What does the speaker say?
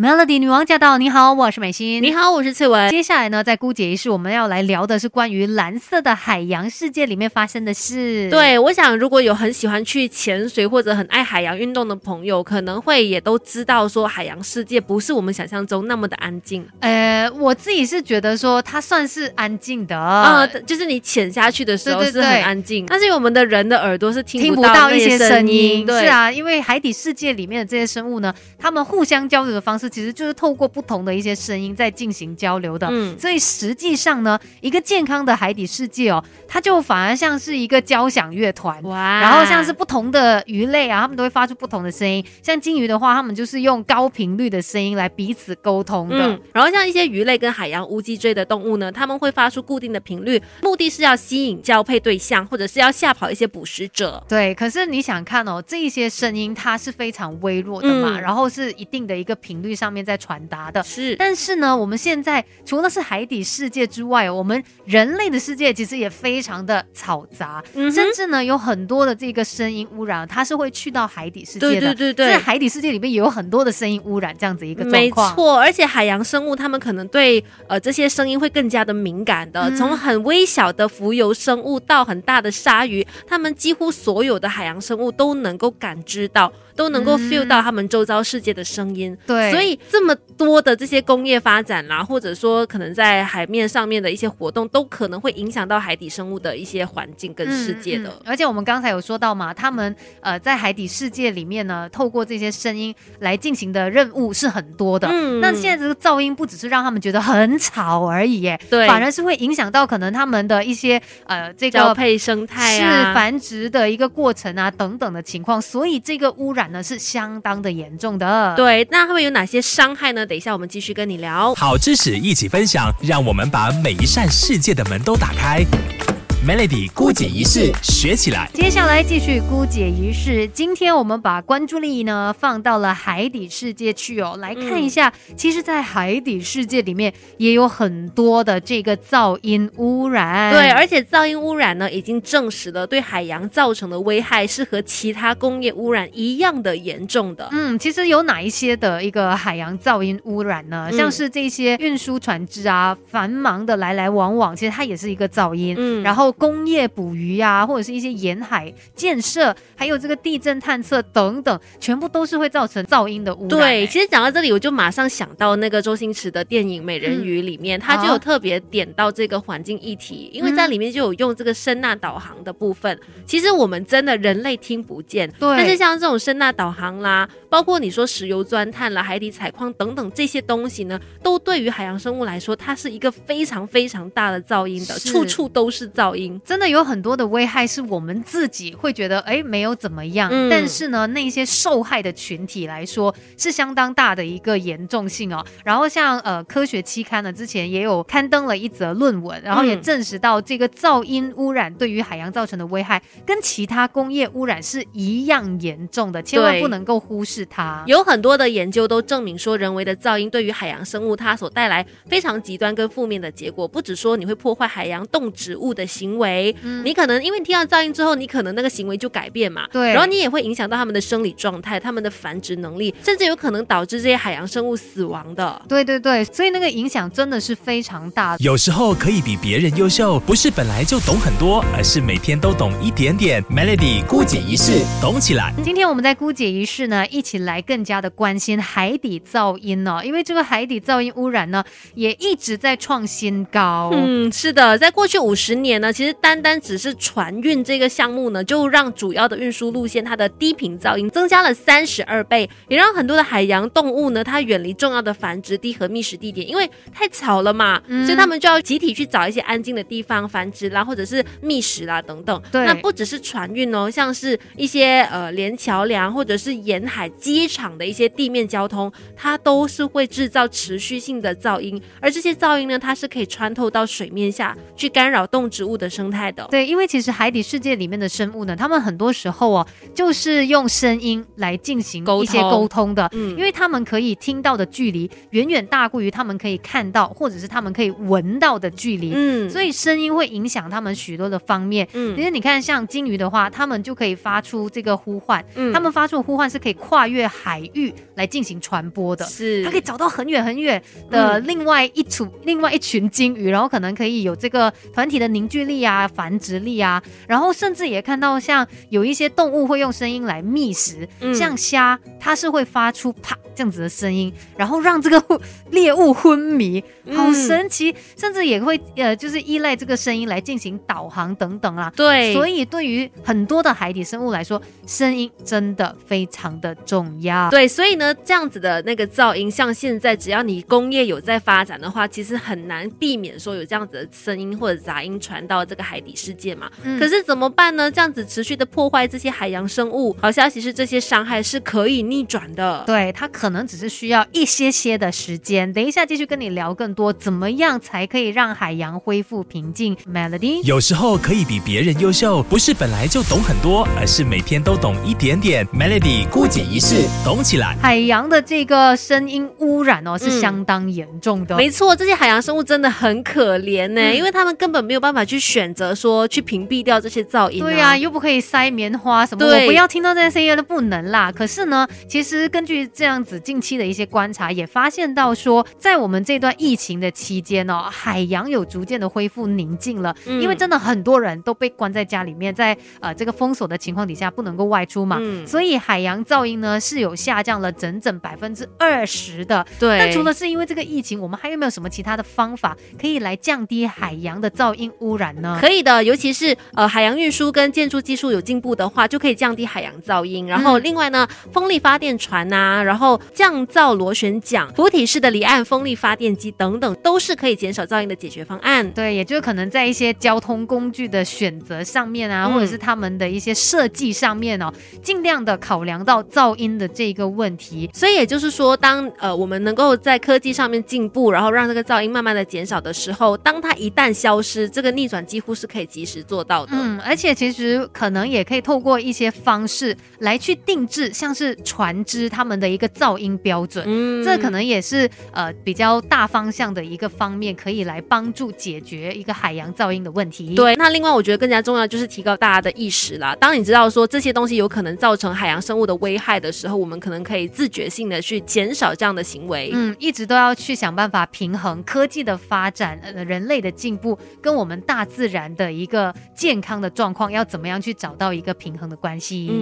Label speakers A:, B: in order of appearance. A: Melody 女王驾到！你好，我是美心。
B: 你好，我是翠文。
A: 接下来呢，在姑姐仪式，我们要来聊的是关于蓝色的海洋世界里面发生的事。，
B: 对，我想如果有很喜欢去潜水或者很爱海洋运动的朋友，可能会也都知道说海洋世界不是我们想象中那么的安静。
A: 呃，我自己是觉得说它算是安静的，
B: 啊、就是你潜下去的时候
A: 哦对对
B: 是很
A: 对
B: 安静，但是因为我们的人的耳朵是
A: 听
B: 听
A: 不
B: 不
A: 到
B: 到
A: 一些
B: 那
A: 声
B: 声
A: 音。
B: 对
A: 是，啊，因为海底世界里面的这些生物呢，它们互相交流的方式其实就是透过不同的一些声音在进行交流的。
B: 嗯，
A: 所以实际上呢，一个健康的海底世界哦，它就反而像是一个交响乐团。
B: 哇
A: 然后像是不同的鱼类啊，它们都会发出不同的声音。像鲸鱼的话，它们就是用高频率的声音来彼此沟通的。
B: 嗯，然后像一些鱼类跟海洋无脊椎的动物呢，它们会发出固定的频率，目的是要吸引交配对象，或者是要吓跑一些捕食者。
A: 对，可是你想看哦，这一些声音它是非常微弱的嘛，
B: 嗯
A: 然后是一定的一个频率上面在传达的。
B: 是，
A: 但是呢，我们现在除了是海底世界之外哦，我们人类的世界其实也非常的嘈杂，
B: 嗯哼
A: 甚至呢有很多的这个声音污染，它是会去到海底世界的。
B: 对对对对，
A: 在海底世界里面也有很多的声音污染这样子一个状
B: 没
A: 况。
B: 错，而且海洋生物它们可能对呃这些声音会更加的敏感的，
A: 嗯
B: 从很微小的浮游生物到很大的鲨鱼，它们几乎所有的海洋生物都能够感知到，都能够
A: 嗯
B: feel 到它们周遭世界的声音。
A: 对，
B: 所以这么多的这些工业发展啦，或者说可能在海面上面的一些活动，都可能会影响到海底生物的一些环境跟世界的。
A: 嗯嗯而且我们刚才有说到嘛，他们呃在海底世界里面呢，透过这些声音来进行的任务是很多的。
B: 嗯
A: 那现在这个噪音不只是让他们觉得很吵而已耶，
B: 对
A: 反而是会影响到可能他们的一些呃这
B: 交
A: 个
B: 配生态
A: 是
B: 啊，
A: 繁殖的一个过程啊等等的情况，所以这个污染呢是相当的严重的。
B: 对，那它们有哪些伤害呢？等一下我们继续跟你聊。
C: 好知识一起分享，让我们把每一扇世界的门都打开。Melody 姑姐一式学起来。
A: 接下来继续姑姐仪式，今天我们把关注力呢放到了海底世界去哦，来看一下，
B: 嗯
A: 其实，在海底世界里面也有很多的这个噪音污染，
B: 对，而且噪音污染呢，已经证实了对海洋造成的危害是和其他工业污染一样的严重的。
A: 嗯，其实有哪一些的一个海洋噪音污染呢？
B: 嗯
A: 像是这些运输船只啊，繁忙的来来往往，其实它也是一个噪音。
B: 嗯
A: 然后工业捕鱼呀、或者是一些沿海建设，还有这个地震探测等等，全部都是会造成噪音的污染、
B: 对，
A: 欸
B: 其实讲到这里，我就马上想到那个周星驰的电影《美人鱼》里面，他就
A: 哦
B: 有特别点到这个环境议题，因为
A: 嗯
B: 在里面就有用这个声呐导航的部分。其实我们真的人类听不见，
A: 对
B: 但是像这种声呐导航啦，包括你说石油钻探啦、海底采矿等等这些东西呢，都对于海洋生物来说，它是一个非常非常大的噪音的，
A: 是
B: 处处都是噪音。
A: 真的有很多的危害是我们自己会觉得哎没有怎么样，
B: 嗯
A: 但是呢，那些受害的群体来说是相当大的一个严重性哦。然后像呃科学期刊呢，之前也有刊登了一则论文，然后也
B: 嗯
A: 证实到这个噪音污染对于海洋造成的危害跟其他工业污染是一样严重的，千万
B: 对
A: 不能够忽视它。
B: 有很多的研究都证明说，人为的噪音对于海洋生物它所带来非常极端跟负面的结果，不只说你会破坏海洋动植物的行为，
A: 嗯
B: 你可能因为听到噪音之后，你可能那个行为就改变嘛，
A: 对
B: 然后你也会影响到它们的生理状态、它们的繁殖能力，甚至有可能导致这些海洋生物死亡的。
A: 对对对，所以那个影响真的是非常大的。
C: 有时候可以比别人优秀，不是本来就懂很多，而是每天都懂一点点。Melody 姑姐一式懂起
B: 嗯
C: 来。
A: 今天我们在姑姐仪式呢，一起来更加的关心海底噪音哦，因为这个海底噪音污染呢，也一直在创新高。
B: 嗯，是的，在过去五十年呢，其实单单只是船运这个项目呢，就让主要的运输路线它的低频噪音增加了三十二倍，也让很多的海洋动物呢，它远离重要的繁殖地和觅食地点，因为太吵了嘛，
A: 嗯
B: 所以它们就要集体去找一些安静的地方繁殖啦，或者是觅食啦等等。
A: 对
B: 那不只是船运哦，像是一些呃连桥梁或者是沿海机场的一些地面交通，它都是会制造持续性的噪音，而这些噪音呢，它是可以穿透到水面下去干扰动植物的生态的。哦
A: 对，因为其实海底世界里面的生物呢，它们很多时候哦，就是用声音来进行
B: 沟
A: 一些
B: 通
A: 沟通的，
B: 嗯
A: 因为它们可以听到的距离远远大过于它们可以看到或者是它们可以闻到的距离，
B: 嗯
A: 所以声音会影响它们许多的方面。
B: 嗯
A: 其实你看，像鲸鱼的话，它们就可以发出这个呼唤，
B: 嗯
A: 它们发出的呼唤是可以跨越海域来进行传播的。
B: 是
A: 它可以找到很远很远的
B: 嗯
A: 另外一组、另外一群鲸鱼，然后可能可以有这个团体的凝聚力啊、繁殖力啊，然后甚至也看到像有一些动物会用声音来觅食，
B: 嗯
A: 像虾，它是会发出啪这样子的声音，然后让这个猎物昏迷，好
B: 嗯
A: 神奇，甚至也会呃就是依赖这个声音来进行导航等等啦。
B: 对，
A: 所以，对于很多的海底生物来说，声音真的非常的重要。
B: 对，所以呢，这样子的那个噪音，像现在只要你工业有在发展的话，其实很难避免说有这样子的声音或者杂音传到这个海底世界嘛。
A: 嗯
B: 可是怎么办呢？这样子持续的破坏这些海洋生物，好消息是这些伤害是可以逆转的。
A: 对，它可能只是需要一些些的时间。等一下继续跟你聊更多，怎么样才可以让海洋恢复平静？Melody，
C: 有时候可以比别人优秀，不是本来就懂很多，而是每天都懂一点点。Melody 姑姐一式，懂起来。
A: 海洋的这个声音污染哦是
B: 嗯
A: 相当严重的。哦
B: 没错，这些海洋生物真的很可怜呢、
A: 嗯
B: 因为他们根本没有办法去选择说去屏蔽掉这些噪音、啊嗯
A: 对呀、又不可以塞棉花什么，
B: 对
A: 我不要听到这些声音都不能啦。可是呢，其实根据这样子近期的一些观察，也发现到说，在我们这段疫情的期间哦，海洋有逐渐的恢复宁静了，
B: 嗯
A: 因为真的很多人都被关在家里面，在呃这个封锁的情况底下不能够外出嘛，
B: 嗯
A: 所以海洋噪音呢是有下降了整整百分之二十的。
B: 对，
A: 但除了是因为这个疫情，我们还有没有什么其他的方法可以来降低海洋的噪音污染呢？
B: 可以的，尤其是呃海洋运输跟建筑技术有进步的话，就可以降低海洋噪音。然后
A: 嗯
B: 另外呢，风力发电船呐、然后降噪螺旋桨、浮体式的离岸风力发电机等等，都是可以减少噪音的解决方案。
A: 对，也就是可能在一些交通工具的选择上面啊，
B: 嗯
A: 或者是他们的一些设计上面哦，尽量的考量到噪音的这个问题。
B: 所以也就是说，当呃我们能够在科技上面进步，然后让这个噪音慢慢的减少的时候，当它一旦消失，这个逆转几乎是可以及时做到的。
A: 嗯，而且其实可能也可以透过一些方式来去定制，像是船只他们的一个噪音标准。
B: 嗯
A: 这可能也是呃比较大方向的一个方面，可以来帮助解决一个海洋噪音的问题。，
B: 对，那另外我觉得更加重要就是提高大家的意识啦。当你知道说这些东西有可能造成海洋生物的危害的时候，我们可能可以自觉性的去减少这样的行为。
A: 嗯，一直都要去想办法平衡科技的发展、呃人类的进步跟我们大自然的一个健康的状况，要怎么样去找到一个平衡的关系。
B: 嗯